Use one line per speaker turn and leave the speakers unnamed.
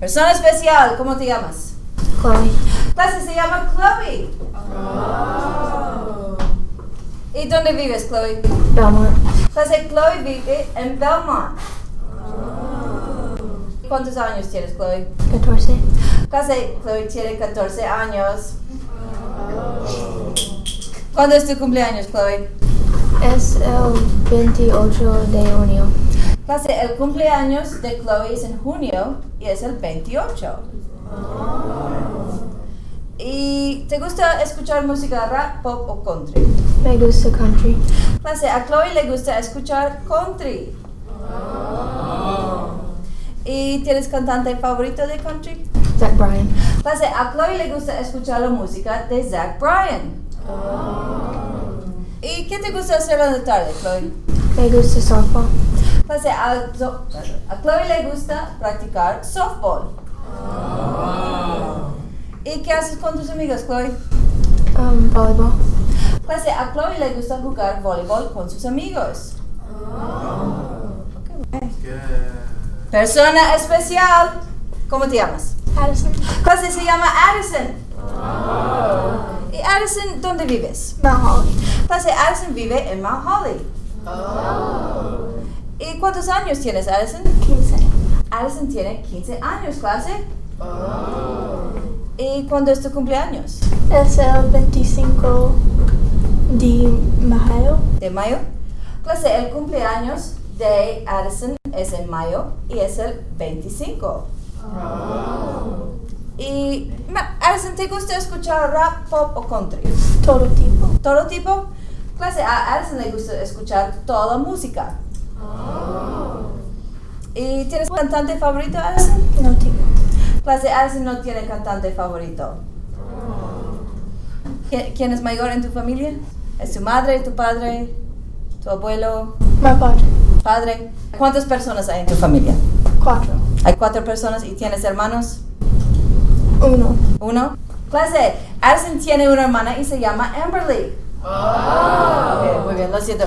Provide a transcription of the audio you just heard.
Persona especial, ¿cómo te llamas?
Chloe.
Clase se llama Chloe. ¿Y dónde vives, Chloe?
Belmont.
Clase Chloe vive en Belmont. ¿Cuántos años tienes, Chloe?
14.
Clase Chloe tiene 14 años. ¿Cuándo es tu cumpleaños, Chloe?
Es el 28 de junio.
Clase, el cumpleaños de Chloe es en junio y es el 28. ¿Y te gusta escuchar música rap, pop o country?
Me gusta country.
Clase, a Chloe le gusta escuchar country. ¿Y tienes cantante favorito de country?
Zach Bryan.
Clase, a Chloe le gusta escuchar la música de Zach Bryan. ¿Y qué te gusta hacer en la tarde, Chloe?
Me gusta softball.
Clase, a, so- a Chloe le gusta practicar softball. ¿Y qué haces con tus amigos, Chloe?
Um, volleyball.
Clase, a Chloe le gusta jugar voleibol con sus amigos. Persona especial. ¿Cómo te llamas?
Addison.
Clase, se llama Addison. ¿Y Addison dónde vives?
Mount Holly.
Clase, Addison vive en Mount Holly. ¿Y cuántos años tienes, Addison?
15.
Addison tiene 15 años, clase. ¿Y cuándo es tu cumpleaños?
Es el 25 de mayo.
de mayo. Clase, el cumpleaños de Addison es en mayo y es el 25. Y ma- Addison, ¿te gusta escuchar rap, pop o country?
Todo tipo.
Todo tipo. Clase, a Addison le gusta escuchar toda música. ¿Y tienes cantante favorito, Addison?
No tipo.
Clase, Addison no tiene cantante favorito. ¿Qui- ¿Quién es mayor en tu familia? ¿Es tu madre, tu padre, tu abuelo?
My padre.
Padre, ¿cuántas personas hay en tu familia?
Cuatro.
Hay cuatro personas y tienes hermanos.
Uno.
Uno. Clase, Addison tiene una hermana y se llama Amberly. Ok, muy bien, lo siento.